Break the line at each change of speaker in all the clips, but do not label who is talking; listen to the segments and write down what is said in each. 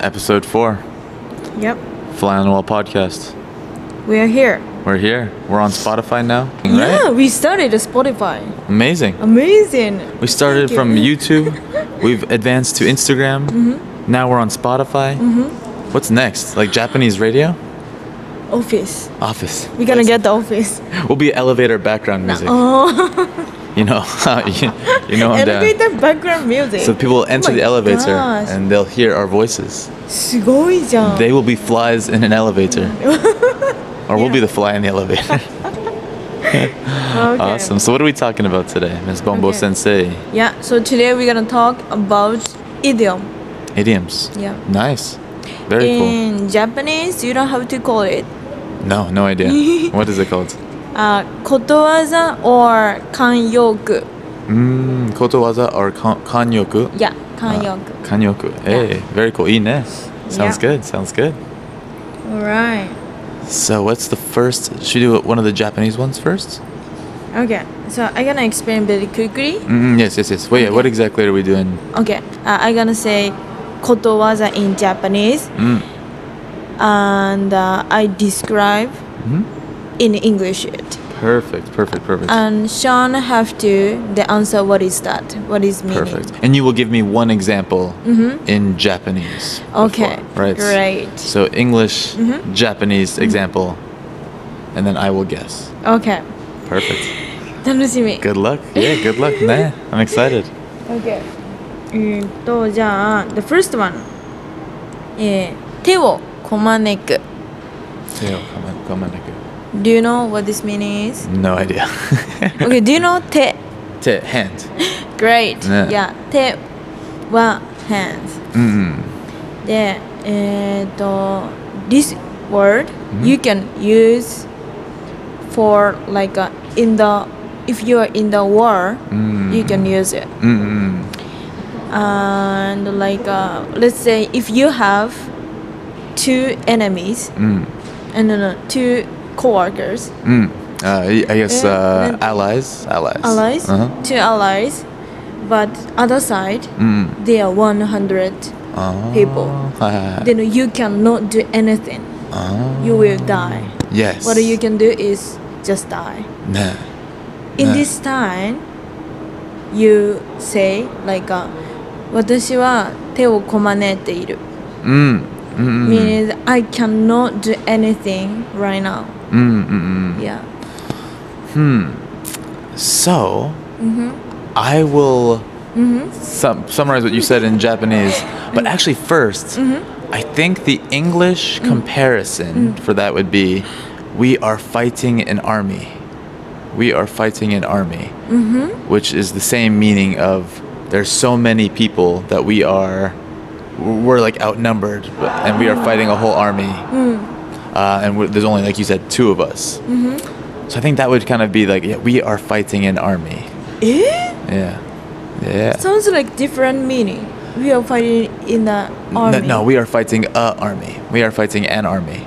Episode four,
Yep.
Fly on the Wall podcast.
We are here.
We're here. We're on Spotify now. Right?
Yeah, we started a Spotify.
Amazing.
Amazing.
We started
Thank
from
you. Mm-hmm.
YouTube. We've advanced to Instagram. Now we're on Spotify. What's next? Like Japanese radio?
Office.
Office.
We're gonna get the office.
We'll be elevator background music.
Oh,
You know, you, you know I'm down.
elevator background music.
So people will enter
Oh my
the elevator
gosh. Oh.
and they'll hear our voices.
すごいじゃん。
They will be flies in an elevator. or we'll be the fly in the elevator.
Okay.
Awesome. So what are we talking about today, Ms. Bombo
Okay.
Sensei?
Yeah. So today we're gonna talk about idiom.
Idioms.
Yeah. Eh.
Nice. Very
In Japanese, you don't have to call it
cool. No, no idea. what is it called? Hmm,
uh, ことわざ or 慣用句。
Mm, kotowaza or kan- kanyoku?
Yeah, 慣用句。
Kanyoku. Hey, very cool. Ine. Sounds
Yeah.
good. Sounds good.
Alright.
So what's the first? Should we do one of the Japanese ones first?
Okay. So I'm gonna explain very quickly.
Mm, yes, yes, yes. Wait, what exactly are we doing?
Okay, uh, I'm gonna say kotowaza in Japanese
Mm.
and uh, I describe
Mhm.
in English it.
Perfect, perfect, perfect.
And Sean have to the answer what is that? What is meaning?
perfect. And you will give me one example in Japanese.
Mm-hmm. Okay.
before, right.
Great. Mm-hmm.
So English, Japanese example, and then I will guess.
Okay.
Perfect.
楽しみ。
Good luck. Yeah, good luck. nah, I'm excited.
Okay. えーっとじゃあ the first one、え Eh, ー、手をこまねく。
Yeah, come on, come on, Nico.
Do you know what this meaning is?
No idea.
Okay. Do you know 手
Te, hand.
Great.
Yeah.
いや、手は hands。
Mm.
で、えっ、と、this word、you can use for like a, in the if you are in the war、you can use it.
Mm.
And like uh let's say if you have two enemies
Mm.
and no, no, two coworkers,
Mm. Uh, I I guess
Yeah,
uh,
then-
allies. Allies.
allies,
Uh-huh.
two allies, but other side
Mm.
they are 100.
Ah,
People.
hi, hi, hi.
Then you cannot do anything.
Ah.
You will die.
Yes.
What you can do is just die.
Nah.
In
Yeah.
this time, you say like, uh, 私は手をこまねている。
Mm. Mm. Mm.
Meaning I cannot do anything right now.
Mm. Mm.
Yeah.
Hmm. So,
Mm-hmm.
I will sum- summarize what you said in Japanese. But actually, 1st I think the English comparison for that would be we are fighting an army. We are fighting an army, which is the same meaning of there's so many people that we are, we're like outnumbered, but- and we are fighting a whole army. Uh, and we're, there's only, like you said, two of us. So I think that would kind of be like, yeah, we are fighting an army.
え
Yeah. Yeah.
Sounds like different meaning. We are fighting in the
No-
army.
No, we are fighting a army. We are fighting an army.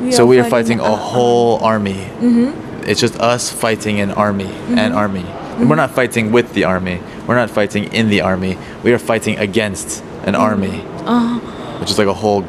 We
so
are
we are fighting
fighting
a
a Mm-hmm.
whole army. It's just us fighting an army, an army. And we're not fighting with the army. We're not fighting in the army. We are fighting against an army,
Uh,
which is like a whole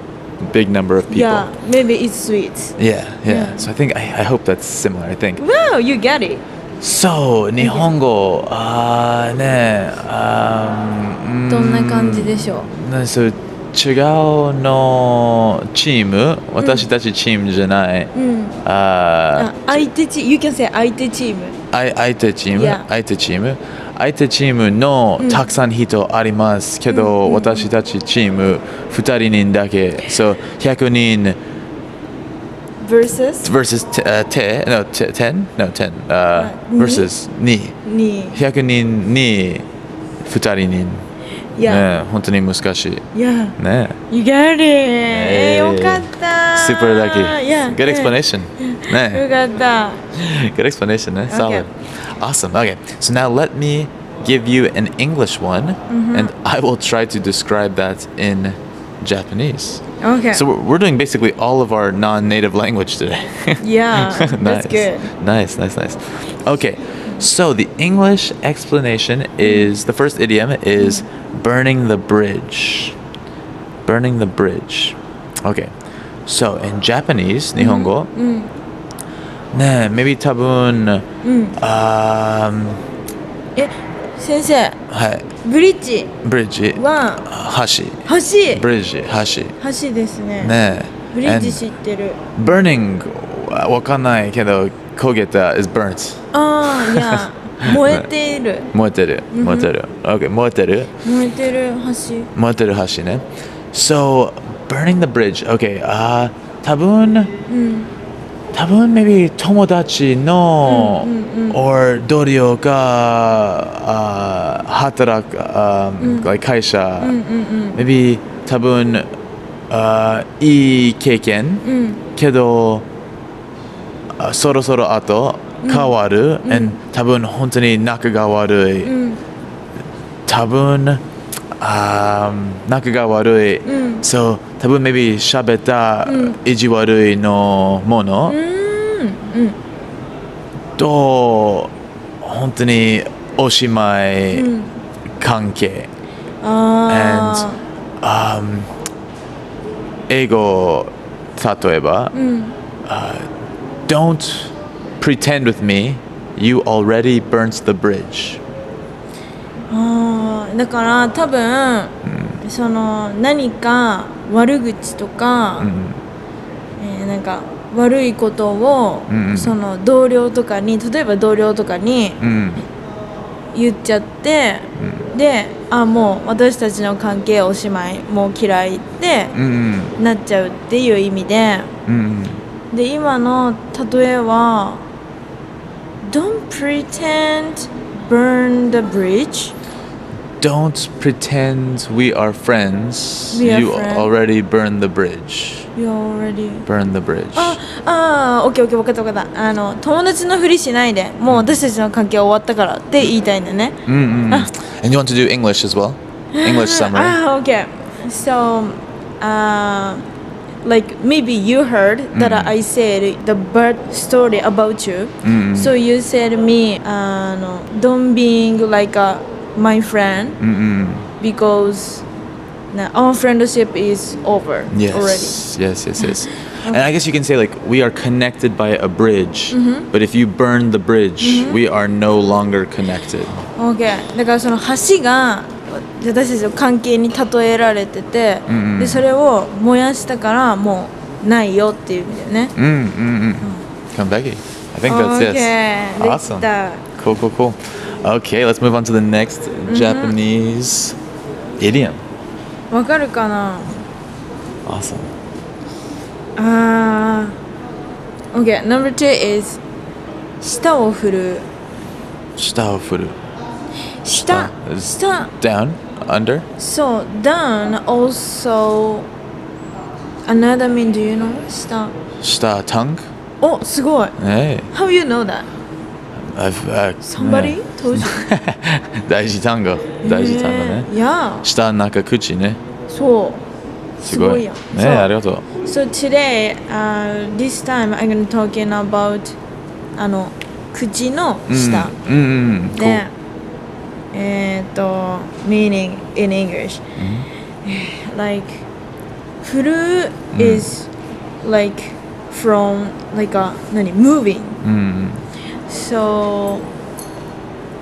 big number of people.
yeah, maybe it's sweet.
Yeah, yeah.
Yeah.
So I think I, I hope that's similar. I think.
Wow, you get it.
So, uh, 日本語、あーねあーうん
どんな感じでしょ
なんそう違うのチーム、私たちチームじゃない、
う。うん。
あ
あ相手チーム、you can say 相手チーム。
ーあい相手チーム、
Yeah.
相手チーム、相手チームのたくさん人ありますけど、私たちチーム2人人だけ、そう100人
versus
versus 10、no 10、no 10、あー
二
versus 2。
に。
100人に2人人、
いや、
ね本当に難しい。
いや、
ね
you got it! えーよかった
スーパーラッキ
いや、
ー。Good
ね
explanation.
よ
ね
かった。
Good explanation. ね Solid. Awesome. Okay. So now let me give you an English one and I will try to describe that in Japanese.
Okay.
So we're we're doing basically all of our non-native language today.
Yeah,
nice.
that's good.
Nice, nice, nice. Okay, so the English explanation is the first idiom is burning the bridge. burning the bridge. Okay. So in Japanese,
Mm-hmm.
日本語、
うん
ねえ、maybe um, 多分、
うん
あー
え先生
はい、
ブリッジ
ブリッジ、
は
橋、
橋
ブリッジ、橋。
橋ですね
ねえ。
ブリッジ知ってる
And burning uh, わわかんないけど、焦げた is burnt。
ああいや 燃えている
燃えてる、
ん
燃えてる。Okay, 燃えてる。
燃えてる橋
Motorhashine. So burning the bridge. Okay. Uh, tabun.
うん
Tabun maybe tomodachi no
うんうんうん。
or dorio ga uh, hatarak um, like
うん
kaisha.
うん
Maybe tabun uh, i keiken
うんうん
けど、uh, そろそろ後変わる、and 多分本当に仲が悪い、
うん
多分あー仲が悪い、
うん
そう多分 maybe 喋った
うん
意地悪いのもの、
うん
と本当におしま
う
い
ん
関係、
Ah. ああ
あー英語例えば、
うん、
uh, Don't pretend with me you already burnt the bridge
あーだから多分、その何か悪口とか、
うん
えーなんか悪いことを、
うんうん
その同僚とかに例えば同僚とかに
うん
言っちゃって、であもう私たちの関係おしまいもう嫌いって
うん
なっちゃうっていう意味で
うん
で今の例えは「Don't pretend burn the bridge」
Don't pretend we are friends.
We are
you
friends.
already burned the bridge.
You're already
Burn the bridge.
ああーオッケーオッケー分かった分かったあの友達のふりしないでもう私たちの関係は終わったからって言いたいんだね
Mm, mm, mm. And you want to do English as well? English summary.
ああ OK so uh, like maybe you heard that I said the bird story about you
Mm,
so you said me あの don't being like a, my friend
mm, mm.
because na- our friendship is over
Yes.
already
Yes, yes, yes. And I guess you can say like we are connected by a bridge,
Mm-hmm.
but if you burn the bridge, we are no longer connected.
OK だからその橋が私たちの関係に例えられてて、
んうん
でそれを燃やしたからもうないよっていう意味だよね
Mm, mm, mm. Come back. I think that's
OK
it. Awesome.
できた
Cool, cool, cool. Okay, let's move on to the next
Mm-hmm.
Japanese idiom.
わかるかな
Awesome.
あー OK number two is 舌を振る
下を振る。
舌
あ
舌
Down, under.
So down also another mean do you know 舌
Sta tongue.
おすごい
Hey,
How you know that?
I've uh,
Somebody told you?
大事単語、大事単語ね。
いやそうすごいよそう
下中口ね。すごい。ね、ありがとう。うん。
So today、uh, this time I'm gonna talking about あの口の下、
うんうん。
で、えっ、と Eh, meaning in English、like 振る is、like from like a 何 moving So,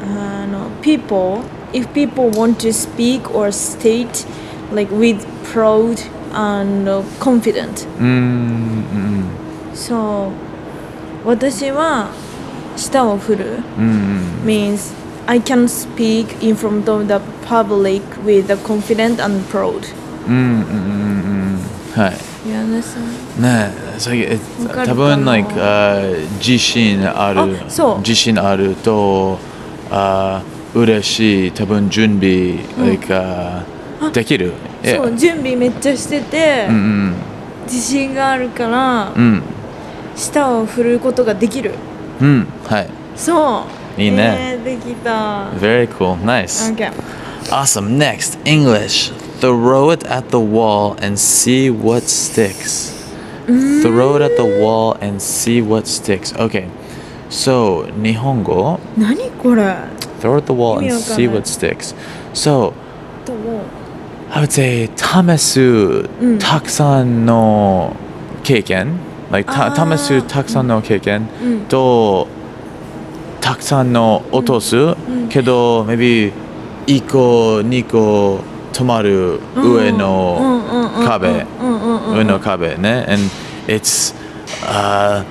uh, no, people, if people want to speak or state like with proud and uh, confident.
うん。うん。うん。うん。うん。
So, 私は舌を振る means I can speak in front of the public with the confident and proud.
うん。うん。うん。うん。はい。
You understand?
ねえそれえ
かるかな
多分 like あー自信ある
あそう
自信あるとあー嬉しい多分準備、like あーできるえ
そう、準備めっちゃしてて、
うん
自信があるから
う、ん
舌を振ることができる。
うんうんはい
そう。
いいね
えーできた。
very cool nice、
Okay.
awesome next English throw it at the wall and see what sticks throw it at the wall and see what sticks okay so 日本語
何これ
throw it at the wall and
意味わかんな
see
い。
what sticks so
と思う。
I would say 試す
うん
たくさんの経験、like た
あー
試すたくさんの経験
うん
とたくさんの落とす、
ん
けど maybe 1個2個止まる上の、壁
上
上の壁ね and it's uh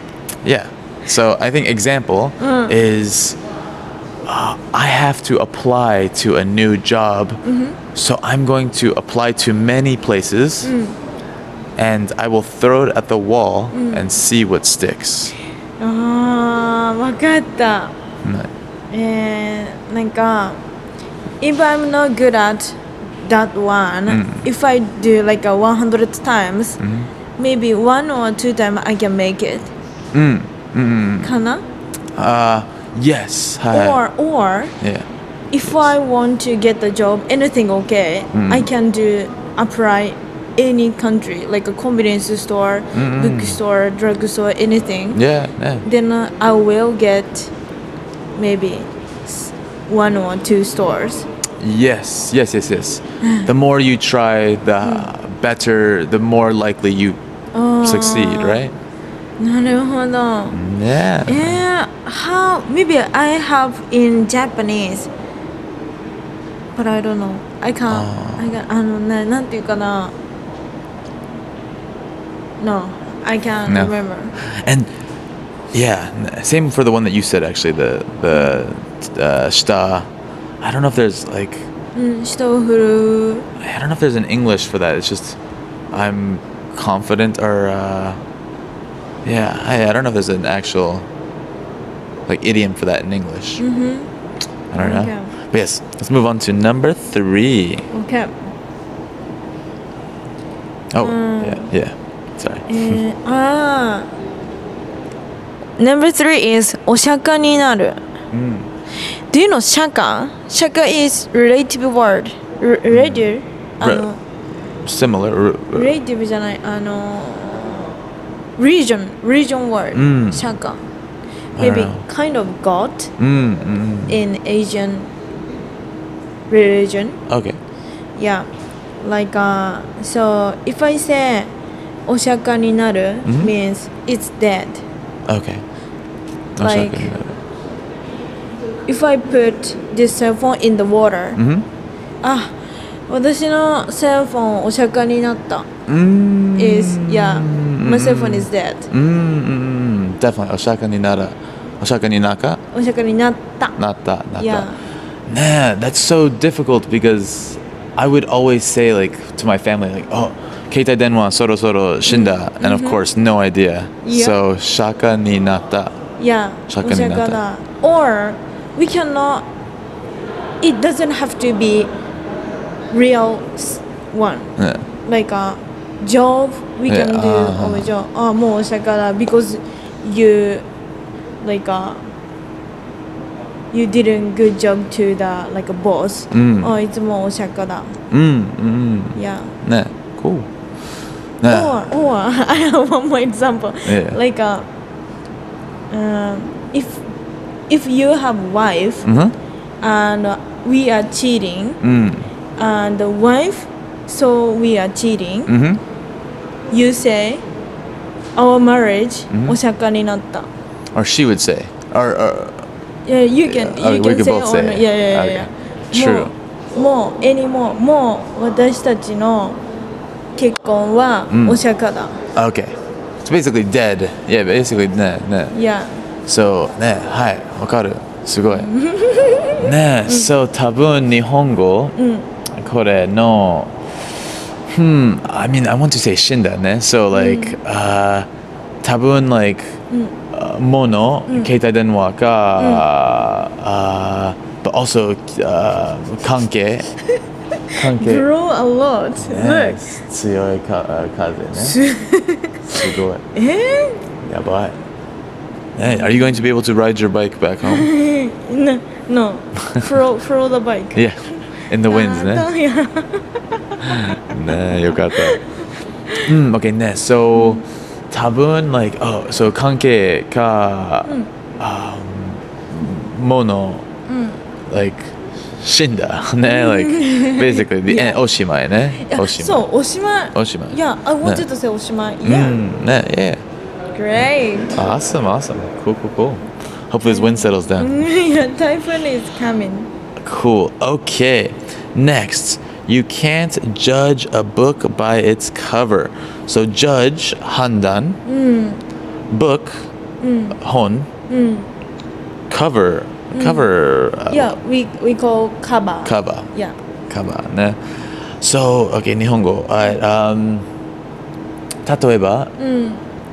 yeah so I think example
Mm.
is uh, I have to apply to a new job
Mm-hmm.
so I'm going to apply to many places
Mm.
and I will throw it at the wall
Mm.
and see what sticks
あーわかった
ね
えー、なんか if I'm not good at that one、if I do like a 100 times、maybe one or two times I can make it
うんうん
かな、
uh yes はい
or or
yeah
if I want to get the job anything okay、I can do apply any country like a convenience store、bookstore drugstore anything
yeah yeah
then uh, I will get maybe s- one or two stores.
Yes, yes, yes, yes. the more you try, the better, the more likely you succeed, right?
なるほど。
Mm. Yeah.
Yeah, how maybe I have in Japanese, but I don't know. I can't.
あ
I can. あのね、なんていうかな。No, I can't
No.
remember.
And yeah, n- same for the one that you said actually, the the uh, shita. I don't know if there's like
うん、下を振る。
I don't know if there's an English for that. It's just I'm confident or uh, yeah, I, I don't know if there's an actual like idiom for that in English. Mm-hmm. I don't know.
Okay.
But yes, let's move on to number three.
Okay.
Oh,
Mm.
yeah, yeah. Sorry.
えー、ああ。Number three is お釈迦になる。
Mm.
Do you know shaka? Shaka is relative word. R-
Hmm.
relative? あの、
Similar. r- r-
relative じゃない、あの、region, region word.
うん
shaka.
Hmm. don't
Maybe
know.
kind of god
Mm, mm, mm.
in Asian religion.
Okay.
Yeah. Like, uh, so if I say お釈迦になる
Mhm.
means it's dead.
Okay. I'm
Like- If I put this cell phone in the water,
Mm-hmm.
あ、私のセルフォンお釈迦になった。
Mm,
is yeah my cell phone
mm,
is dead
Mm, mm, mm. Definitely. Osaka ni nara. Osaka ni naka.
お釈迦になったな
Nata. Nata.
Yeah.
Nah, that's so difficult because I would always say like to my family like, oh, keitai denwa soro soro shinda, and of course no idea.
Mm-hmm. Yeah.
So shaka ni nata.
yeah お
釈
釈
迦になった
迦だ or we cannot it doesn't have to be real s- one
Yeah.
like a job we
Yeah,
can do
ah.
our job あもうお釈迦だ because you like a you didn't good job to the like a boss、Oh,
Mm.
あいつもお釈迦だ
Mm, mm, mm.
yeah
Nah, cool. Nah.
or or I have one more example.
Yeah.
Like uh, um, if if you have wife
Mm-hmm.
and we are cheating
Mm.
and the wife so we are cheating,
Mm-hmm.
you say our marriage osaka ni natta.
Or she would say. Or, or
Yeah, you can
Yeah,
you
okay, we
can,
can
say
both
or
say
no.
it.
yeah yeah yeah.
Okay.
yeah.
True.
もうもう anymore もう私たちの結婚はお釈迦だ。
okay. It's basically dead. Yeah, basically nah, nah.
Yeah.
So, nah, hi, wakaru. Sugoi. nah, so tabun nihongo. Kore no. Hmm, I mean, I want to say shinda, ne? So, like, uh, tabun, like, uh, mono, keitai denwa ka, uh, but also, uh, kanke. Kanke.
Grow a lot. Look.
強いかあ風ね。すごい。
え
やばい。ね are you going to be able to ride your bike back home?
ー、no, no. Throw, throw the bike.
yeah. In the winds
あ
ね。
ー いや
ねよかった。うん、OK ね。So、多分、like、oh, so 関係か、あーもの、like、 Shinda. ne, like basically the
Yeah.
end. Oshimai, ne?
いや
Oshimai.
そうおしまい
Oshimai.
Yeah, I wanted
No.
to say おしまい Yeah,
Mm, ne, yeah.
great
Awesome, awesome. Cool, cool, cool. Hopefully this wind settles down.
Yeah, typhoon is coming
Cool. Okay. Next, you can't judge a book by its cover. So judge handan, book hon, cover cover uh,
Yeah, we, we call cover
cover
Yeah
cover ね。So okay 日本語 Alright, um, 例えば、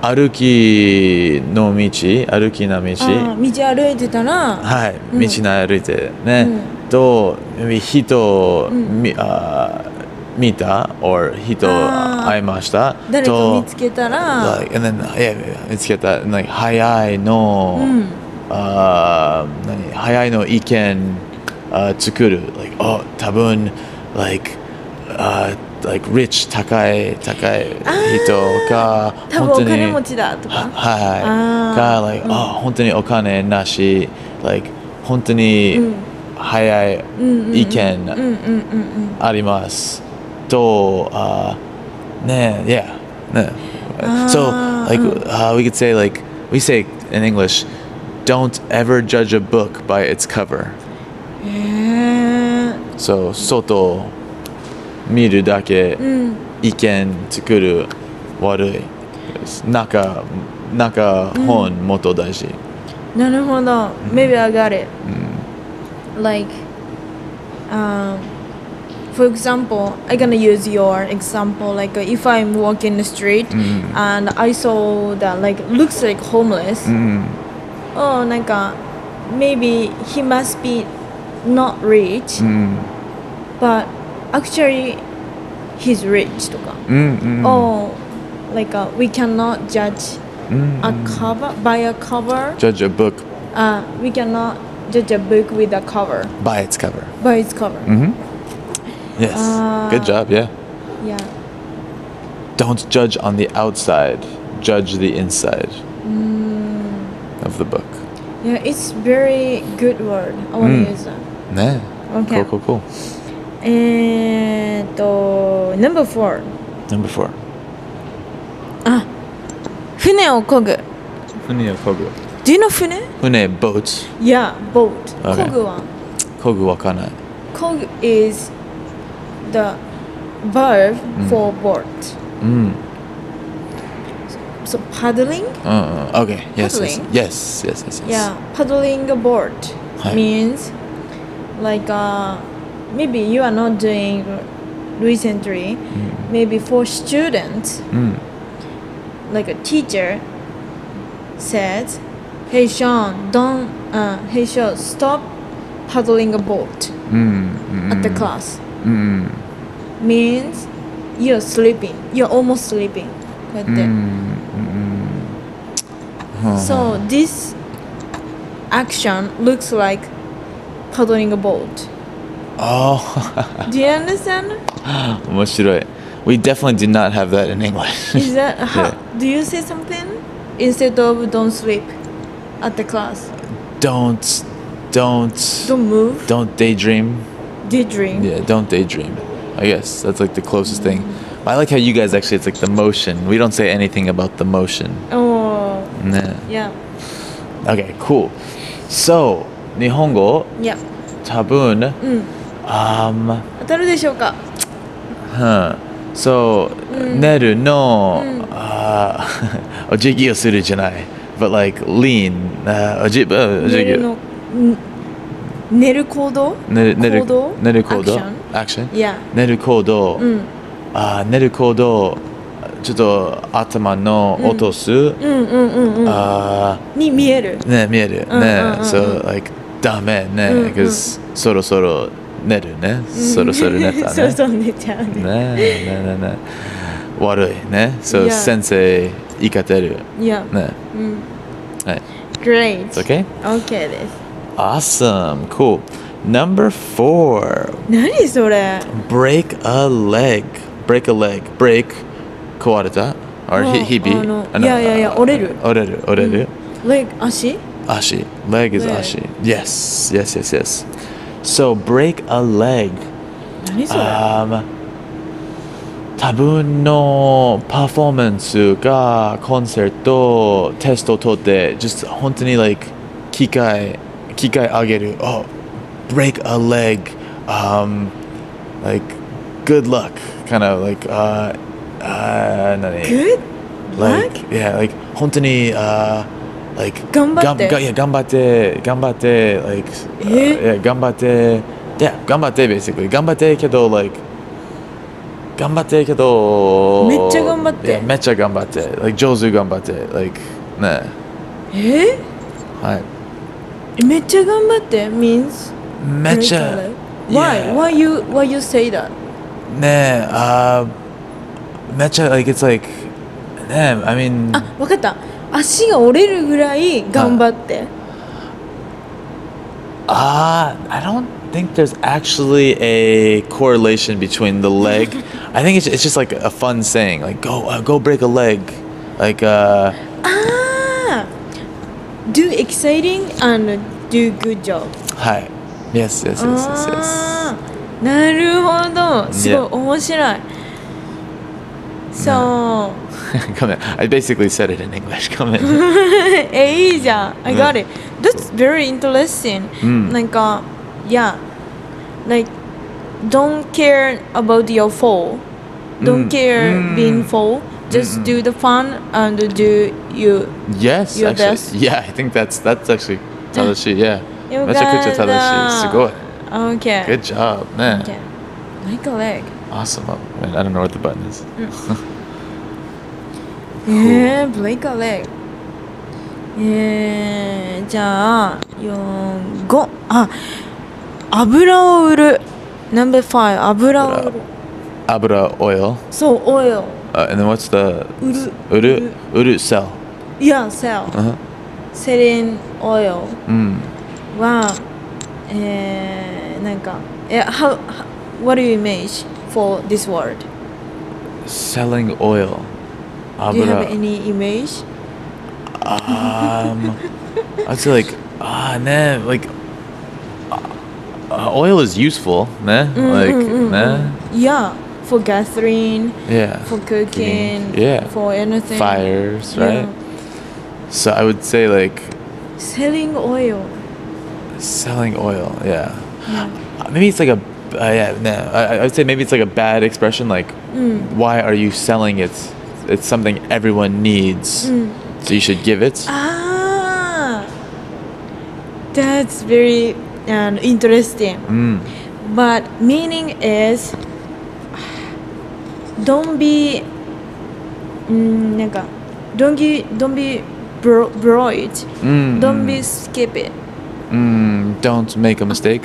歩きの道歩きな道
あー道歩いてたら
はい、
う
道
ん
の歩いてね、と人をみ、あー見た or 人
あー
会いました
誰か見つ
け
け
た
たら
like, and then, yeah, yeah, 見つけた like, 早いの、
うん
あー何早いの意見あー作る like, あ多分 like, あー like rich 高い高い人が
多分お金持ちだとか
はい
あー
が、like
うん
あ本当にお金なし、like 本当に
うん
早い
うんうんうん
意
う
見
んうんうんうん
あります、とあねえ yeah ね
あー
so
う
like、
ん
uh, we could say like we say in English don't ever judge a book by its cover
へえ
so 外見るだけ
うん
意見作る悪い中中本もっと大事、
なるほど Maybe I got it Like um For example, I'm gonna use your example. Like uh, if I'm walking the street and I saw that like looks like homeless,
うん、
oh, なんか maybe he must be not rich,
うん、
but actually he's rich とか。
うん、うん、
Oh, like uh, we cannot judge
うん、
a cover by a cover.
judge a book
Uh, we cannot judge a book with a cover
by its cover.
by its cover.
Mm. Yes.
Ah.
Good job. Yeah.
Yeah.
Don't judge on the outside. Judge the inside of the book.
Mm, Yeah, it's very good word. I want to use that.
ね。
Okay.
Mm. Cool, cool, cool.
えーっと、number uh, four.
Number four.
船を漕ぐ。
船を漕ぐ。
Do you know 船
船 boat.
Yeah, boat.
Okay.
漕ぐは。
漕ぐわかんない。
漕ぐ is the verb
Mm.
for boat.
うん。
So paddling?
うんうん。Okay. Yes. Yes.
Paddling.
Yes. Yes. Yes. yes.
Yeah, paddling a board
はい
means like uh, maybe you are not doing recently, maybe for students,
うん。
like a teacher says, "Hey Sean, don't, uh, hey Sean, stop paddling a boat
うん。
at the class."
うん。
Means you're sleeping, you're almost sleeping. こうやって
うん。うん。
So this action looks like paddling a boat.
あ
Do you understand?
あ。面白い。We definitely did not have that in English.
Is that how?
Yeah.
Do you say something instead of don't sleep at the class?
don't don't
Don't move.
don't daydream
Daydream.
yeah don't daydream i guess that's like the closest thing i like how you guys actually it's like the motion we don't say anything about the motion
Oh,
nah.
yeah,
okay cool so nihongo
yeah.
tabun
うん。
um
当たるでしょうか。
huh. so neru no uh, ojigi suru janai but like lean uh, oji, uh,
寝る
ojigi
のん寝る行動？
寝る寝る
行動
寝る行動
Action
action
Yeah.
寝る行動、
うん
あー寝る行動ちょっと頭の落とす、
うんうんうんうん。
あ
に見える。
ーね見えるね、
うんうんうん
so like ダメね、
うんうん
'cause そろそろ寝るね、そろそろ寝た
そう
ね
そう寝ちゃうね。
ねねねね悪いね so、
いや
先生生かてる
Yeah.
ね
うん。
はい
Great.
It's okay
Okay です。
awesome cool number four
何それ？
break a leg break a leg break 壊れた or
あ
he, he be
あの
あの
いやいやいや折れる
折れる折れる、
Leg 足？
足 leg is
Leg
足 yes yes yes yes So break a leg.
何それ、
Um, 多分のパフォーマンスがコンサートテストを取って just 本当に like 機械機械上げる oh break a leg um like good luck kind of like uh, uh 何
Good
like
luck?
yeah like 本当に uh like
頑張って
がんがいや頑張って頑張って like
え
uh, yeah, 頑張っていや頑張って basically 頑張ってけど like 頑張ってけど
めっちゃ頑張って
いやめっちゃ頑張って like 上手頑張って like ね
え
はい
めっちゃ頑張って means
めっちゃ
break a leg. Why?
Yeah.
Why you why you say that?
ねあーめっちゃ uh, like it's like ね I mean
あ、わかった。足が折れるぐらい頑張って。
Uh, I don't think there's actually a correlation between the leg. I think it's, it's just like a fun saying, like go uh, go break a leg, like uh,
ああ Do exciting and do good job.
hi, yes yes yes yes
あ
yes.
ーなるほど。すごい
Yeah.
面白い。そう。
Come in. I basically said it in English. Come in.
えいいじゃん I
うん
got it That's very interesting、
うん
なんか Yeah Like Don't care about your fall
う
Don't
ん
care
うん
being fall Just do the fun and do you
yes,
Your
actually,
best.
yeah. I think that's that's actually tadashi. Yeah,
よかった
めちゃくちゃ正しい。すごい。
Okay
good job, man.
Okay Like a leg
Awesome. Oh, man, I don't know what the button is.
えー、break a leg えー、じゃあ45あ油を売る Number5 油を売る
Abra oil.
そう、オイル。
Uh, and then what's the
売る。
uru uru sell?
Yeah, sell.
Uh huh.
Selling oil
Mm.
は、えー、なんか、え、how, how, what do you image for this word?
Selling oil.
Do you have
Abra.
any image?
Um, I'd say like ah nah like uh, oil is useful nah
Mm,
like nah
Yeah, for gathering,
yeah
for cooking,
yeah
for anything.
fires
Yeah.
right so I would say like
Selling oil.
selling oil yeah
Yeah.
Uh, maybe it's like a uh, yeah no I, I- I would say maybe it's like a bad expression like
Mm.
why are you selling it it's something everyone needs
Mm.
so you should give
Uh,
it
Ah, that's very um, interesting.
mm.
But meaning is don't be うんなんか don't be don't be bro- broad
Mm,
don't
mm.
be stupid
Mm, don't make a mistake.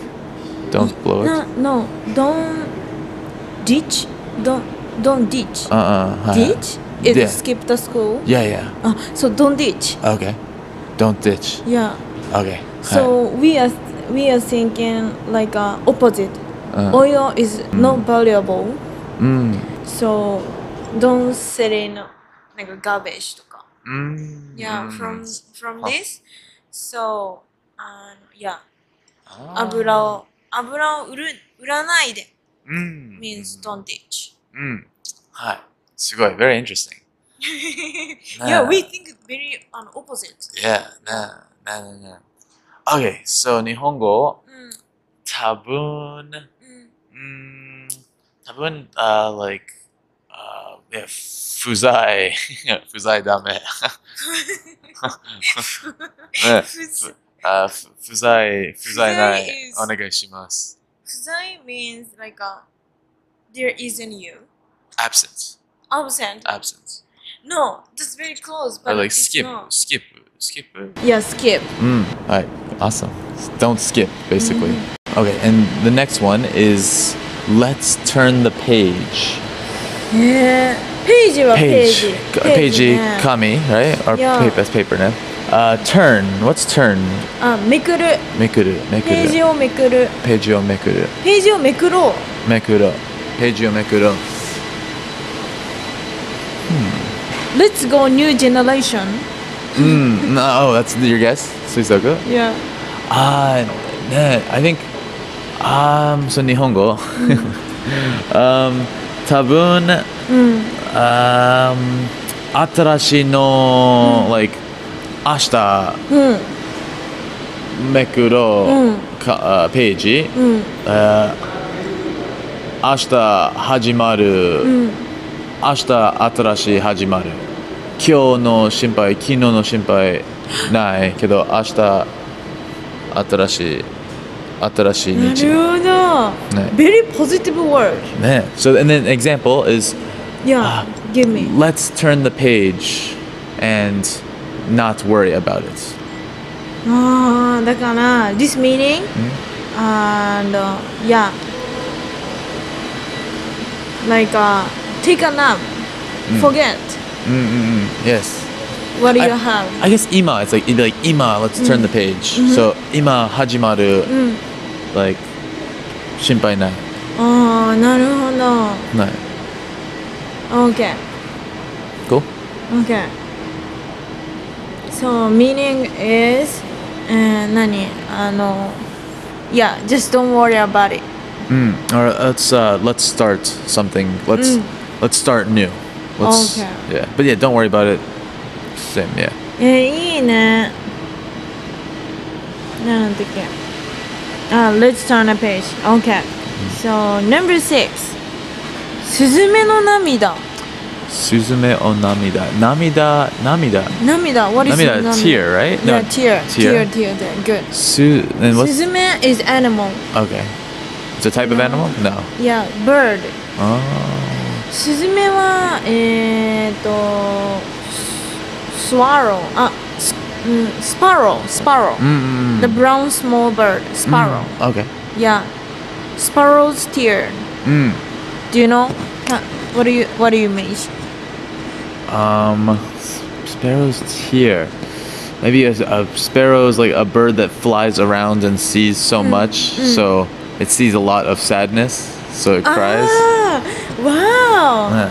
Don't blow it.
no no don't ditch don't don't ditch
Uh uh. hi.
ditch is
Yeah.
skip the school
Yeah, yeah.
あ so don't ditch
Okay. Don't ditch.
yeah
Okay. hi.
so we are we are thinking like a opposite
Uh.
oil is not valuable
Mm.
So don't sell in なんか garbage とか。
Mm. Oh.
Yeah, from from
は
this. So, um, yeah,
Ah.
油を油を売る売らないで
Mm.
means don't ditch.
Mm. Hi. Sugoi. Very interesting. Ah.
yeah, we think very on opposite.
Yeah. Nah. Nah. Nah. nah. Okay. So Nihongo.
うん
Tabun.
うん。
Mm, tabun. Uh, like. Uh, yeah, fuzai. fuzai dame. ね
不在
あ、ふ不在、不在な
不在
い
is-。
お願いします。
不在 means like a there isn't you
absent,
absent.
absent.
No, that's very close,
Or
but
Ah, like
it's
skip,
not.
skip, skip.
Yeah, skip.
うん。はい。Awesome. Don't skip, basically.
Mm-hmm.
Okay, and the next one is let's turn the page.
ねえページはペー
Page.
ジ。
ページ
ね、
紙 right? Or
Yeah.
paper, that's paper ね。Uh, turn. What's turn?
あ、めくる。
めくる、めく
ページ
る。
をめくる。
ページをめくる。
ページをめくろう。
めくる。ページをめくる。
Let's go new generation.
うん。No, oh, that's your guess? 水族
Yeah.
Ah, man, I think Um, so 日本語 um, 多分、um, 新しいの、like 明日
うん
めくろ
うん
か、ページ、
うん
あー明日始まる、
うん
明日新しい始まる今日の心配昨日の心配ないけど明日新しい新しい
な
日
る
ね
ほど very positive word
ね so and then example is
yeah
あ
give me
let's turn the page and not worry about it
ああだから Ah, this meaning and uh, yeah like、uh, take a nap forget
yes
what you
I-
have
I guess 今 it's like it'd be like 今 let's turn
Mm-hmm.
the page so 今始まる
Mm.
like 心配ない
ああなるほ
ない
ど okay
cool
okay so meaning is eh, えー、何あの yeah just don't worry about it
Mm. All right, let's uh, let's start something. Let's let's start new. Let's,
Mm. Oh, Okay.
Yeah, but yeah, don't worry about it. Same. Yeah.
えー、いいねなんだっけあ、Let's turn a page Okay So number six スズメの涙
Suzume o namida. Namida. Namida.
涙 What is
Namida. Tear. Right.
Yeah, tear
Tear.
Tear, tear, tear. Good
Su. And
ス
what's
ズメ is animal
okay? It's a type of animal. No.
Yeah, bird
Oh.
スズメはえー、っとス Swallow あ、すうん、スパロースパロー
Mm.
mm, The brown small bird Sparrow、
Okay.
Yeah. Sparrow's tear.
Mm.
Do you know? Huh, What do you what do you mean?
Um. s- Sparrow's tear. Maybe a, a sparrow is like a bird that flies around and sees so
Mm,
much, so it sees a lot of sadness, so it cries.
Ah, wow.
Yeah.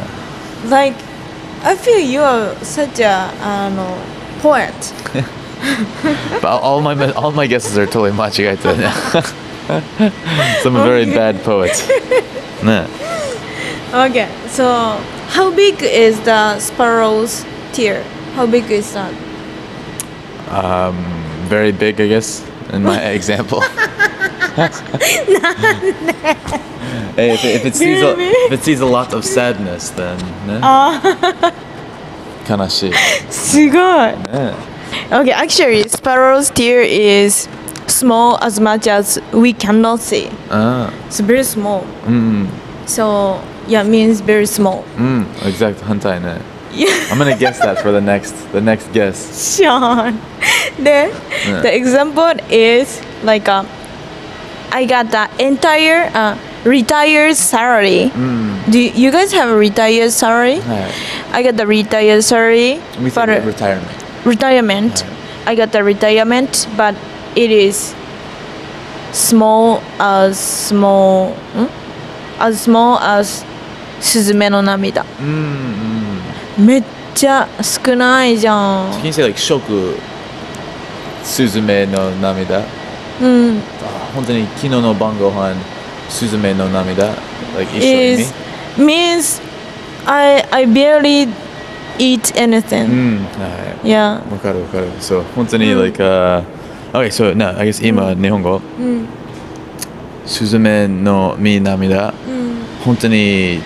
Like I feel you are such a uh, poet.
But all my all my guesses are totally machigaita. so I'm a very
Okay.
bad poet. Yeah.
Okay. So how big is the sparrow's tear? How big is that?
Um, very big, I guess, in my example. hey, if, it, if it sees a,
Very
if it sees a lot of sadness, then yeah.
Oh.
kanashi.
すごい
Yeah.
Okay, actually sparrow's tear is small as much as we cannot see.
Ah,
It's very small.
mm,
So yeah, means very small.
mm, exact hentai ne.
Yeah.
I'm gonna guess that for the next the next guess.
Sean. Then the example is like um, I got the entire uh, retired salary.
Mm.
Do you, you guys have a retired salary?
Alright.
I got the retired salary
We
for
said retirement.
retirement. I got the retirement, but it is small as small hmm? as small as スズメの涙
Mm, mm.
めっちゃ少ないじゃん
Can you say like shoku Suzume no namida? Ah,
うん
本当に昨日の晩ご飯スズメの涙 like 一緒に
is means I I barely eat
う
anything.
んは
Yeah.
いわかるわかるそう本当に like uh okay so no I guess 今日本語
うん
スズメのみ涙
うん
本当に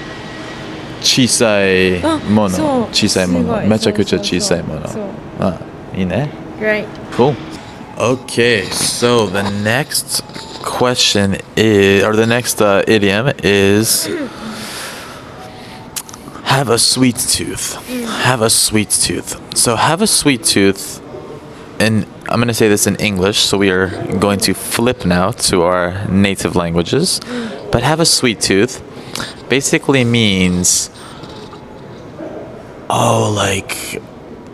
小さいも
あそう
の小さいも
すご
の
い
めちゃくちゃ
そうそう
小さいもの
そう
あいいね
Great.
Cool. Okay, so the next question is, or the next uh, idiom is, have a sweet tooth. Have a sweet tooth. So, have a sweet tooth, and I'm going to say this in English, so we are going to flip now to our native languages. But have a sweet tooth basically means, oh, like,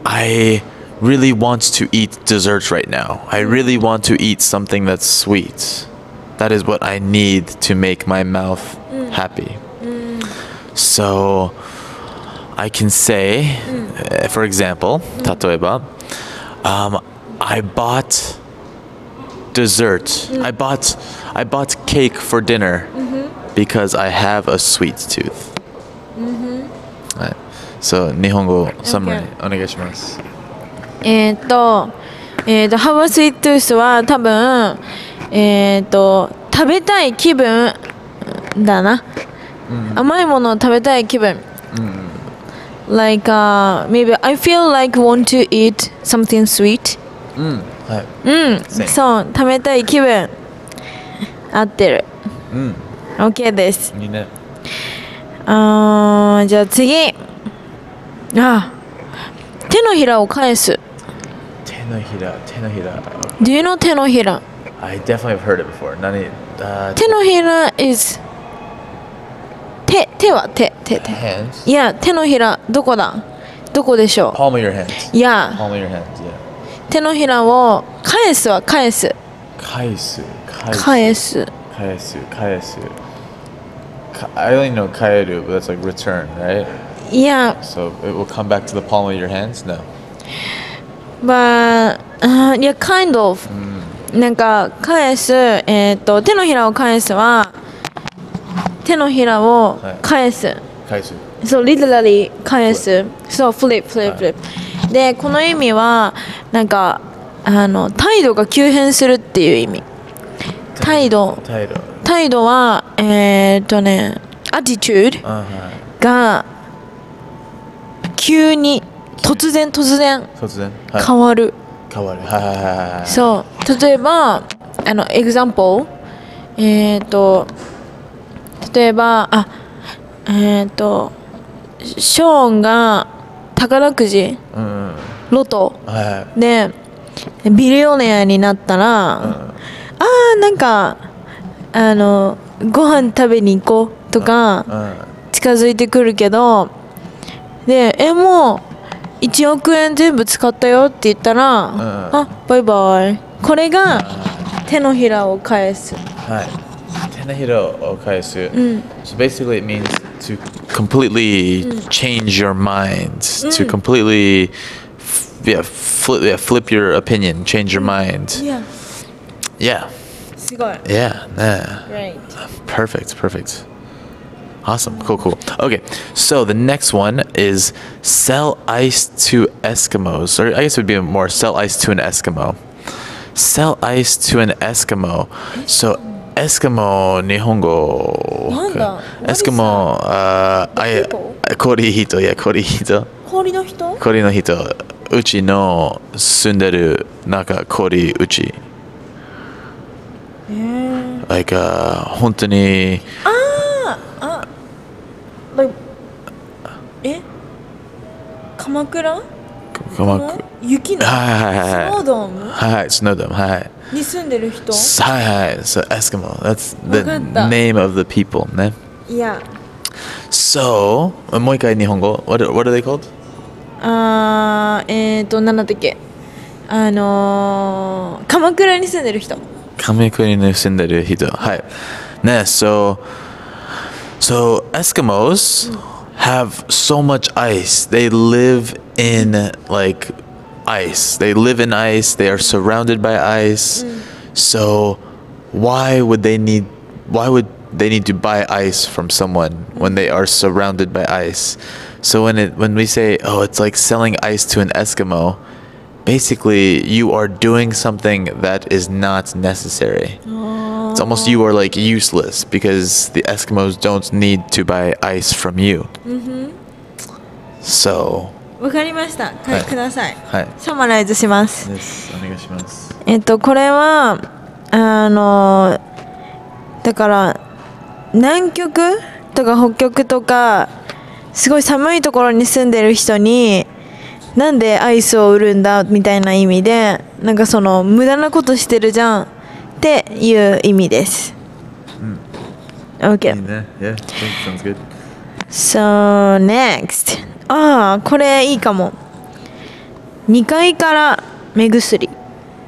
I really want to eat dessert right now. I really want to eat something that's sweet. That is what I need to make my mouth happy. So I can say, uh, for example, tatoeba, um, I bought dessert. I bought I bought cake for dinner because I have a sweet tooth. Right. So, 日本語 summary
Okay.
お願いします。
えーっと、えーっと、ハワスイットゥースは多分、えーっと、食べたい気分だな。甘いものを食べたい気分。like, uh, maybe I feel like want to eat something sweet.
はい。
うん、
Same.
そう、食べたい気分。合ってる。OK です。
いいね。
あーじゃあ次。あ、手のひらを返す。
手のひら、手のひら。
Do you know 手のひら
I definitely have heard it before. 何、uh,
手のひら is 手手は手手手
hands?
いや手のひらどこだどこでしょ
Palm of your hands.
ういや
Palm of your hands, yeah.
手のひらを返すは返す
返す、
返す
返す、返す。か- I only know 返る, but that's like return, right?
いや
So it will come back to the palm of your hands? No.
まあいや kind of なんか返すえっ、と手のひらを返すは手のひらを返す、
返す。
そう、リテラリー返す。そう、フリップ、フリップ、フリップ。で、この意味は、なんか、あの、態度が急変するっていう意味。態度。
態度。
態度は、えーっとね、アティチュード
Uh-huh.
が、急に、突然、突然、
突然。はい。
変わる。
変わる。はいはいはいはい。
そう、例えば、あの、example、えーっと、例えば、あ、えーっと、ショーンが宝くじ、
うん。はい。
ロトでビリオネアになったら、ああーなんかあのご飯食べに行こうとか
Mm.
近づいてくるけどでえもう1億円全部使ったよって言ったら、あバイバイこれが手のひらを返す
はい。手のひらを返す。So basically it means to completely change your mind, to completely f- yeah, flip, yeah, flip your opinion, change your mind.
いや
Yeah.
すごい
Yeah. yeah.
Right.
Perfect, perfect. Awesome, cool, cool. Okay, so the next one is sell ice to Eskimos, or I guess it would be more sell ice to an Eskimo. Sell ice to an Eskimo. So Eskimo, Nihongo.
なんだ？
Eskimo, uh, I,
people?
Korihito, yeah, Korihito.
氷の人
Korihito, uchi no sunderu naka kori uchi.
えー、
Like, uh, 本当に
あーああえ鎌倉
鎌
の
倉
雪の
はいはいはいはい
スノードーム
はいはい、スノードーム、はいはい。
に住んでる人
はいはい、so Eskimo, that's
わか
the
った
name of the people ね。
いや
So, もう一回日本語、what are, what are they called?
あーえっ、ー、と何だったっけあのー、鎌倉に住んでる人
亀国に住んでる人。はい。ね、so, so Eskimos have so much ice. They live in like ice. They live in ice. They are surrounded by ice. So, why would they need? Why would they need to buy ice from someone when they are surrounded by ice? So when it when we say, oh, it's like selling ice to an Eskimo, basically you are doing something that is not necessary. It's almost you are like useless because the Eskimos don't need to buy ice from you. So,
わかりましたはい、
はい
ください
はい。
サマライズします
です。お願いします。
えっとこれはあのだから南極とか北極とかすごい寒いところに住んでる人になんでアイスを売るんだみたいな意味でなんかその無駄なことしてるじゃんっていう意味です。
いい
OK。
ね。Yeah, sounds good.
So next ああこれいいかも。2階から目薬。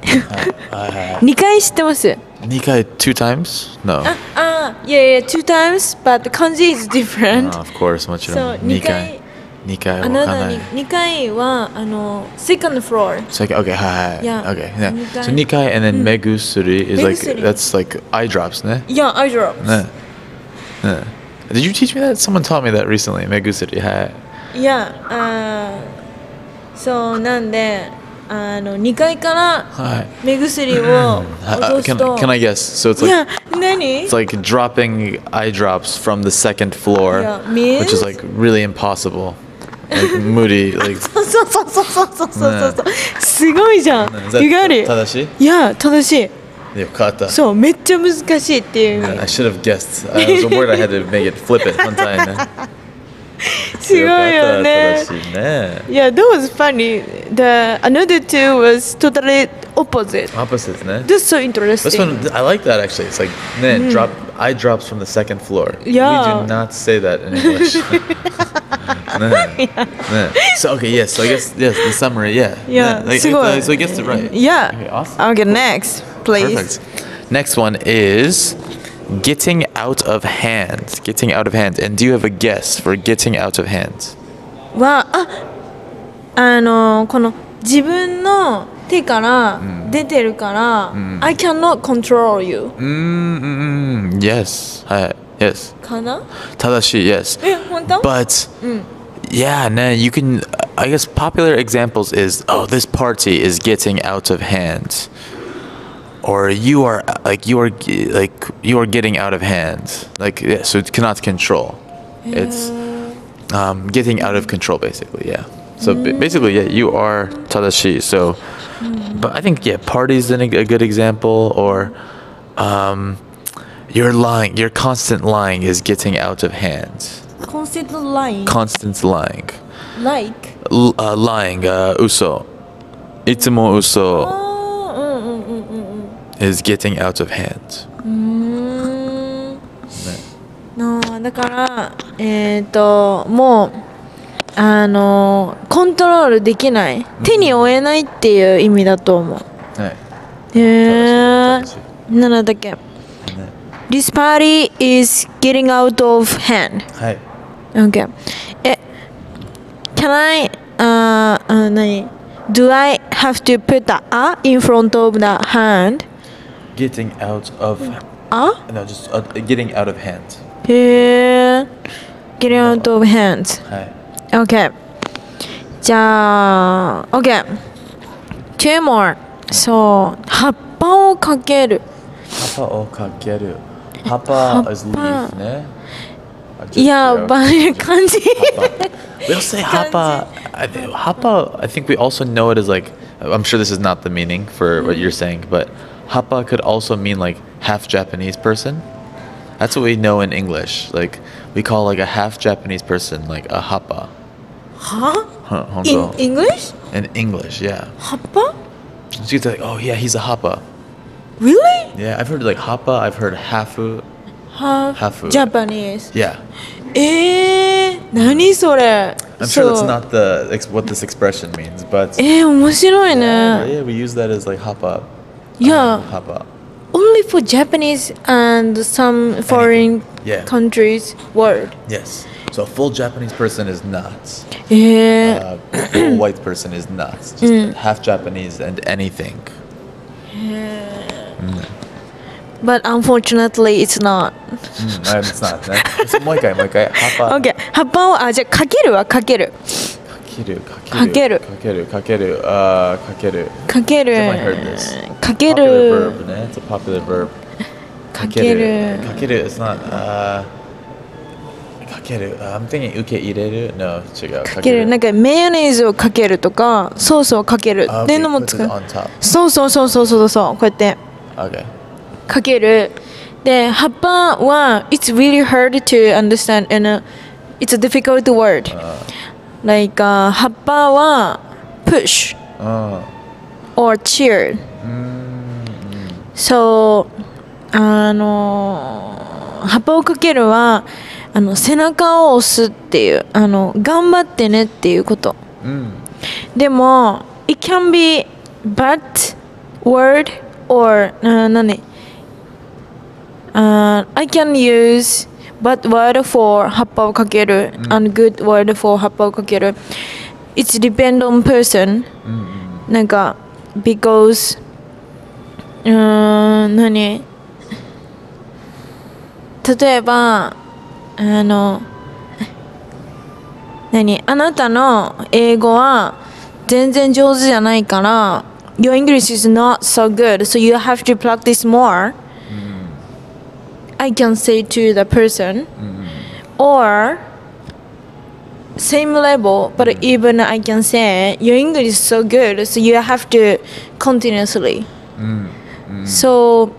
2階知ってます
二回 Uh, two times? No.
Ah, yeah, yeah, two times, but the kanji is different.
No, of course, もち
so,
ろん。二回。2
2
回
あ
わかん
なた
ない
に2階はあの second floor
So okay, okay, hi, hi.
Yeah.
Okay. Yeah. So
二回。
nikai and then megusuri is like
Megusuri.
that's like eye drops, ne?
yeah eye drops
Ne. Ne. Did you teach me that? Someone taught me that recently. Megusuri, hi.
yeah あーそうなんであの2階から
Hi.
目薬を
Hi,
落
uh, can,
とすと
can I guess? So it's
い
like
や何
it's like dropping eye drops from the second floor,
Yeah,
which is
means-
like really impossible. Like moody, like.
そうそうそうそうそうそうそうそうすごいじゃん You got it いや正しい
正しい？よかった。
そうめっちゃ難しいっていう意
I
味
should have guessed. Uh, it was a word I had to make it flip it one time.
すごいよね
正しいね。Opposites,
Yeah, that was funny. The another two was totally opposite.
ne?
That's so interesting. Mm.
This one, I like that actually. It's like, man, drop eye drops from the second floor. We
Yeah.
do not say that in English. Ne, ne. So, okay, yes. So, I guess, yes, the summary, yeah. Ne.
Yeah,
Like, uh,
すごい。
so, I guessed it right.
Yeah.
Okay, awesome.
Okay, next, please.
Perfect. Next one is getting out of hand. Getting out of hand. And do you have a guess for getting out of hand?
はあ、あのこの自分の手から出てるから、I cannot control you
Mm, mm, mm, yes. Uh, yes.
かな？
Tadashi, yes.
え、本当？
But yeah, nah, you can. I guess popular examples is oh, this party is getting out of hand, or you are uh, like you are g- like you are getting out of hand. Like yeah, so it cannot control. It's um, getting out of control, basically. Yeah. So ba- basically, yeah, you are tadashi. So, but I think yeah, party's an, e- a good example, or um, your lying, your constant lying is getting out of hand.
Consider lying,
Constant lying,
like.
L- uh, lying, uh, uso, itsumo uso
あーうんうんうんうんうん。
is getting out of hand.
うーんなあだからえっ、ともうあのコントロールできない手に負えないっていう意味だと思うへえ
正しい
何だっけ This party is getting out of hand Okay eh, Can I あーあ何 Do I have to put the a in front of the hand?
Getting out of
a?
no, just uh, getting out of hand.
Here, get out of hands. Okay. じゃあ、OK。Two more. そう、葉っぱをかける。
Papa o kakeru. Papa is leave,
Hapa.
ne? I just
いや、
forgot.
ば感じ。
We all say hapa. I, thi- hapa. I think we also know it as like. I'm sure this is not the meaning for what you're saying, but hapa could also mean like half Japanese person. That's what we know in English. Like we call like a half Japanese person like a hapa.
は
Huh,
In
Hongo.
English?
in English, yeah.
葉っぱ
So you could say like, oh yeah, he's a hapa.
Really?
Yeah, I've heard like hapa. I've heard hafu.
Half
Half
Japanese.
Yeah.
えー、何それ
I'm sure that's
そう
not the ex- what this expression means, but
えー、面白い
yeah,
ね。
yeah, we use that as like hapa.
Yeah.
Hapa.
Only for Japanese and some foreign
Yeah.
countries word.
Yes. So a full Japanese person is not.
えー。
Uh, a full white person is not. Just
Mm.
half Japanese and anything.
But unfortunately, it's not.
Mm, um, it's not. That, it's moikai, moikai. Hapa.
Okay. 葉っぱを、あ、じゃあ、かけるはかける。
Kakeru, kakeru. Kakeru,
Kakeru.
kakeru. Uh, kakeru.
かける
Definitely heard this.。
かけ
Popular
る。
verb, né? It's a popular verb.
かける
Kakeru.。Kakeru, it's not. Uh, kakeru. Uh, I'm thinking ukeireru. No, chigau.
かける。なんか、マヨネーズをかけるとか、ソースをかける
Uh,
っていう
okay,
のも
puts it
使う。
on top.
そうそうそうそうそうそう。こうやって。
Okay.
かける。で、葉っぱは、it's really hard to understand and、it's a difficult word. like、葉っぱは、push
Uh,
or cheer. So あのー葉っぱをかけるはあの背中を押すっていうあの頑張ってねっていうこと。でも it can be but word or あー何あー I can use But word for 葉っぱをかける、and good word for 葉っぱをかける It's depend on person、なんか because うーん何例えばあの何あなたの英語は全然上手じゃないから Your English is not so good so you have to practice more、I can say to the person or same level but even I can say Your English is so good so you have to continuously so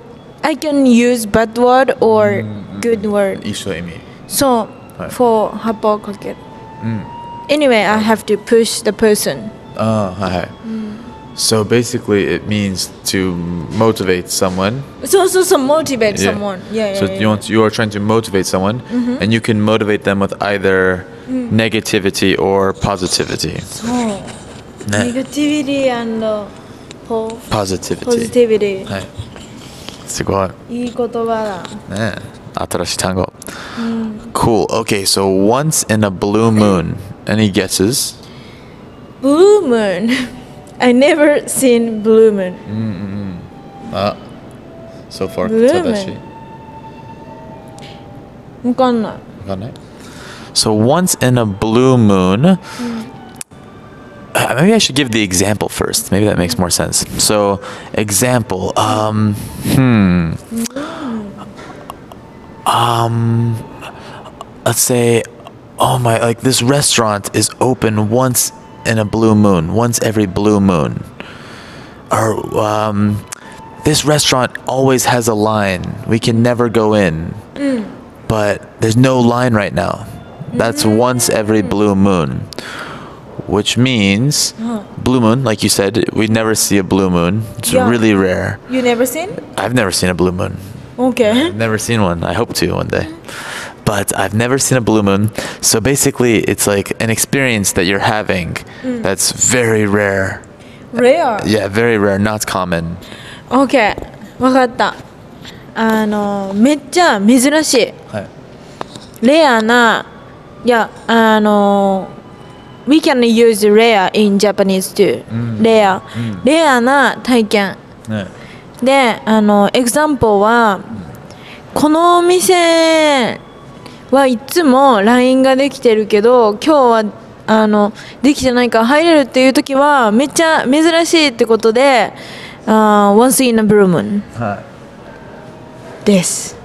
I can use bad word or good word
一緒意味
So
Right.
for Happo Cricket. Anyway, I have to push the person.
ああはいはい Ah, So basically it means to motivate someone
So so so motivate
Yeah.
someone. Yeah, yeah.
So
yeah, Mm-hmm.
you want you are trying to motivate someone, and you can motivate them with either
Mm.
negativity or positivity.
Oh. Negativity and uh, po-
Positivity.
positivity.
はい。すごい。
いい言葉だ。
ね新しい単語。Cool.
Mm.
Okay. So once in a blue moon. Any guesses?
Blue moon. I never seen blue moon.
Mm. So far.
Blue moon わかんない。
So once in a blue moon. Uh, maybe I should give the example first. Maybe that makes more sense. So example. Um. Hmm. Um. Let's say. Oh my! Like this restaurant is open once in a blue moon. Once every blue moon. Or um. This restaurant always has a line. We can never go in. But there's no line right now. That's once every blue moon which means blue moon like you said we never see a blue moon it's
Yeah.
really rare
You never seen?
i've never seen a blue moon
Okay.
i've never seen one i hope to one day but i've never seen a blue moon so basically it's like an experience that you're having that's very rare
Rare.
yeah very rare not common
Okay. わかった。あの、めっちゃ珍しい。レアないやあの We can use rare in Japanese too、レア、レアな体験であの example はこのお店はいつも LINE ができてるけど今日はあのできてないから入れるっていう時はめっちゃ珍しいってことであー Once in a blue moon です。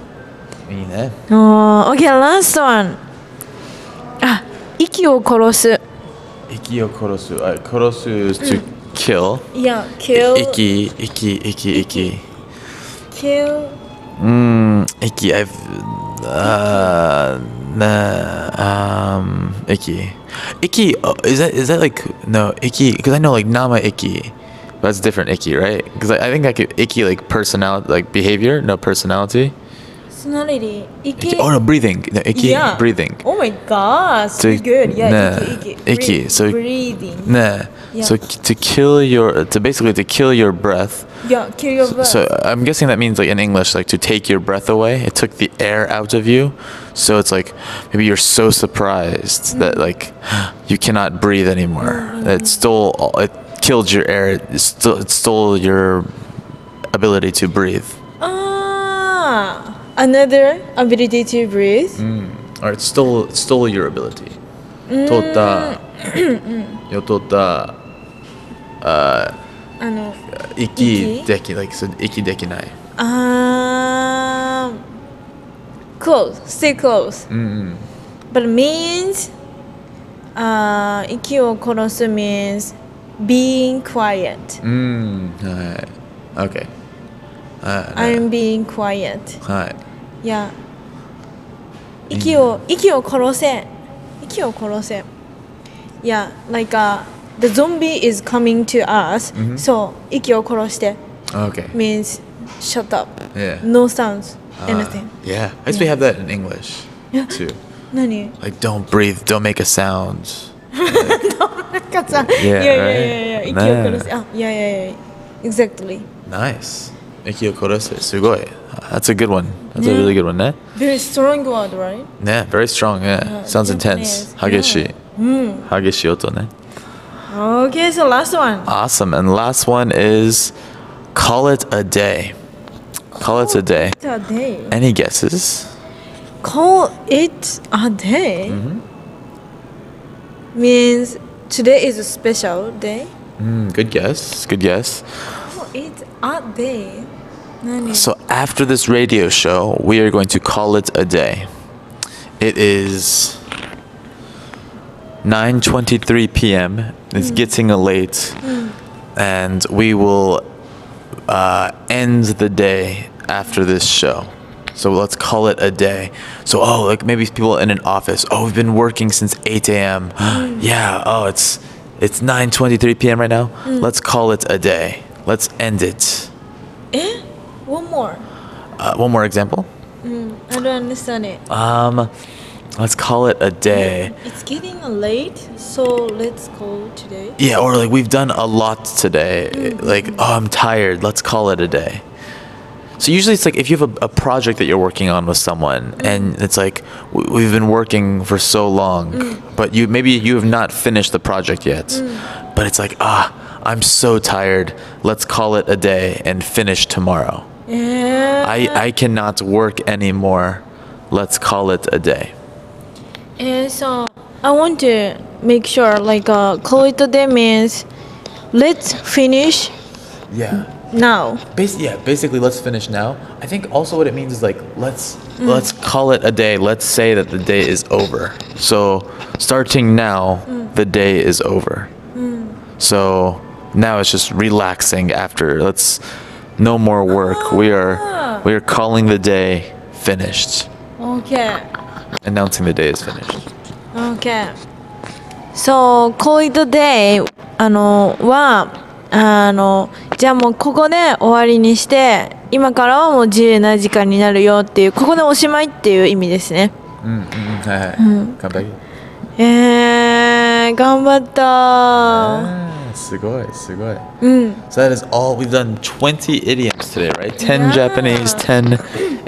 eh?
おー OK last one あ息を殺す
korosu is to kill
いや kill
iki iki iki iki
kill
Mm, icky. I've uh, nah, um, icky. Icky. Oh, is that is that like no icky? Because I know like Nama icky. That's different icky, right? Because I, I think I could icky like personality, like behavior, no personality.
personality 息
Icky. Oh no, breathing. No icky.
Yeah.
Breathing.
Oh my god so
To-
good yeah
nah.
息息
Icky, so-
breathing
Nah.
Yeah.
So k- to kill your, to basically to kill your breath.
yeah kill your breath
So uh, I'm guessing that means like in English, like to take your breath away. It took the air out of you. So it's like maybe you're so surprised that like you cannot breathe anymore. It stole, all- it killed your air. It stole, it stole your ability to breathe,
ah another ability to breathe
Mm. or it stole, it stole your ability. Tota, yotota,
あの
Uh, iki deki, like so iki dekinai.
あー Um, close stay close
Mm.
But means, uh, 息を殺す means being quiet.
Mm. Alright. Okay.
I'm being quiet.
Hi.
Yeah.
Mm.
息を息を殺せ。息を殺せ。Yeah, like uh, the zombie is coming to us.
Mm-hmm.
So 息を殺して
Okay.
means shut up.
Yeah.
No sounds.
Uh,
Anything.
Yeah, I guess we have that in English
Yeah.
too.
何？
Like, don't breathe, don't make a sound.
なんかさ、い
Yeah,
やいやいやい
right.
や ah, 息を殺せ。あ、いやいやいや。Exactly.
Nice. 息を殺すすごい That's a good one That's a
ね
really good one ね
Very strong word, right?
ね Very strong ね Sounds intense
Japanese
激しい
Mm.
激しい音ね
Okay, so last one.
Awesome and last one is Call it a day Call it a day
It's a day.
Any guesses?
Call it a day
Mm-hmm.
means today is a special day.
Mm, good guess Good guess
Call it a day. 何
So after this radio show, we are going to call it a day. It is 9:23 p.m. It's getting late, and we will uh, end the day after this show. So let's call it a day. So oh, like maybe people in an office. Oh, we've been working since 8 a.m. yeah. Oh, it's it's 9:23 p.m. right now. Let's call it a day. Let's end it.
Eh? One more.
Uh, one more example.
Mm, I don't understand it.
Um, let's call it a day.
It's getting late, so let's call today.
Yeah, or like we've done a lot today. Like, oh, I'm tired. Let's call it a day. So usually it's like if you have a, a project that you're working on with someone, and it's like w- we've been working for so long, but you maybe you have not finished the project yet, but it's like ah. I'm so tired. Let's call it a day and finish tomorrow.
Yeah.
I, I cannot work anymore. Let's call it a day.
And so I want to make sure, like, uh, call it a day means let's finish
Yeah.
now.
Bas- yeah, basically, let's finish now. I think also what it means is like let's let's call it a day. Let's say that the day is over. So starting now, the day is over. So now it's just relaxing after. Let's no more work. We
Ah.
are we are calling the day finished.
Okay.
Announcing the day is finished.
Okay. So, call it a day あのはあのじゃあもうここで終わりにして今からはもう自由な時間になるよっていうここでおしまいっていう意味ですね。
Come back.
えー、頑張った。うん。
Ah, So that is all. We've done 20 idioms today, right? 10
Mm. Yeah.
Japanese, 10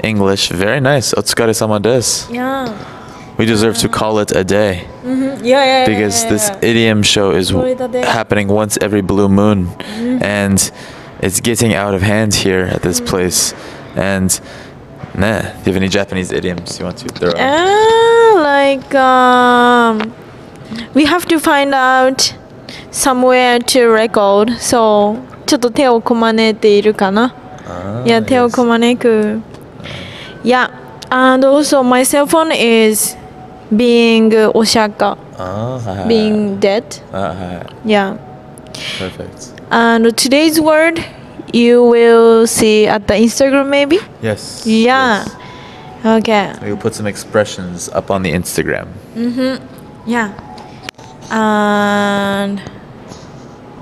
English. Very nice. Otsukaresama desu.
いや。
We deserve to call it a day
いやいやいや。
because this idiom show is
Call it a day. Mm-hmm.
happening once every blue moon and it's getting out of hand here at this
Mm.
place. And nah, do you have any Japanese idioms you want to throw out?
Uh, like um, we have to find out somewhere to record. So ちょっと手をこまねているかな。
Ah,
いや、手を
yes.
こまねく。Yeah, and also my cell phone is being Osaka,
Ah, ha, ha.
being dead.
Ah, ha, ha.
Yeah,
perfect.
and today's word you will see at the Instagram maybe.
Yes.
Yeah.
yes.
Okay.
We'll put some expressions up on the Instagram.
Yeah. And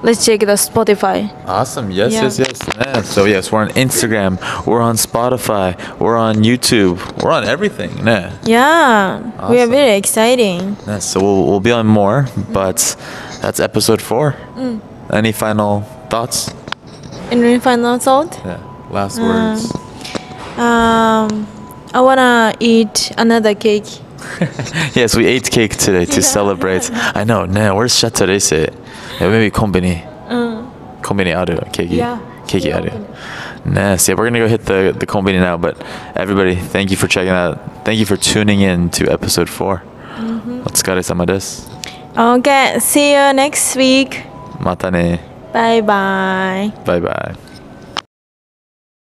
let's check the Spotify.
Awesome. Yes,
Yeah.
yes, yes, yes. So yes, we're on Instagram, we're on Spotify, we're on YouTube, we're on everything. Yeah.
Yeah. We are
Awesome.
very exciting.
yeah so we'll, we'll be on more, but that's episode four. Any final thoughts?
Any final thought?
Yeah. Last words.
Um, I wanna eat another cake.
yes, we ate cake today to celebrate. I know. Nah, where's Shatarese? Yeah, maybe kombini. Kombini aru, keiki.
Mm. Yeah,
Keiki
yeah,
aru.
kombini.
Nah, so yeah, we're gonna go hit the the kombini now. But everybody, thank you for checking out. Thank you for tuning in to episode 4
Mm-hmm.
Otsukaresama desu.
Okay. See you next week.
Mata ne.
Bye bye.
Bye bye.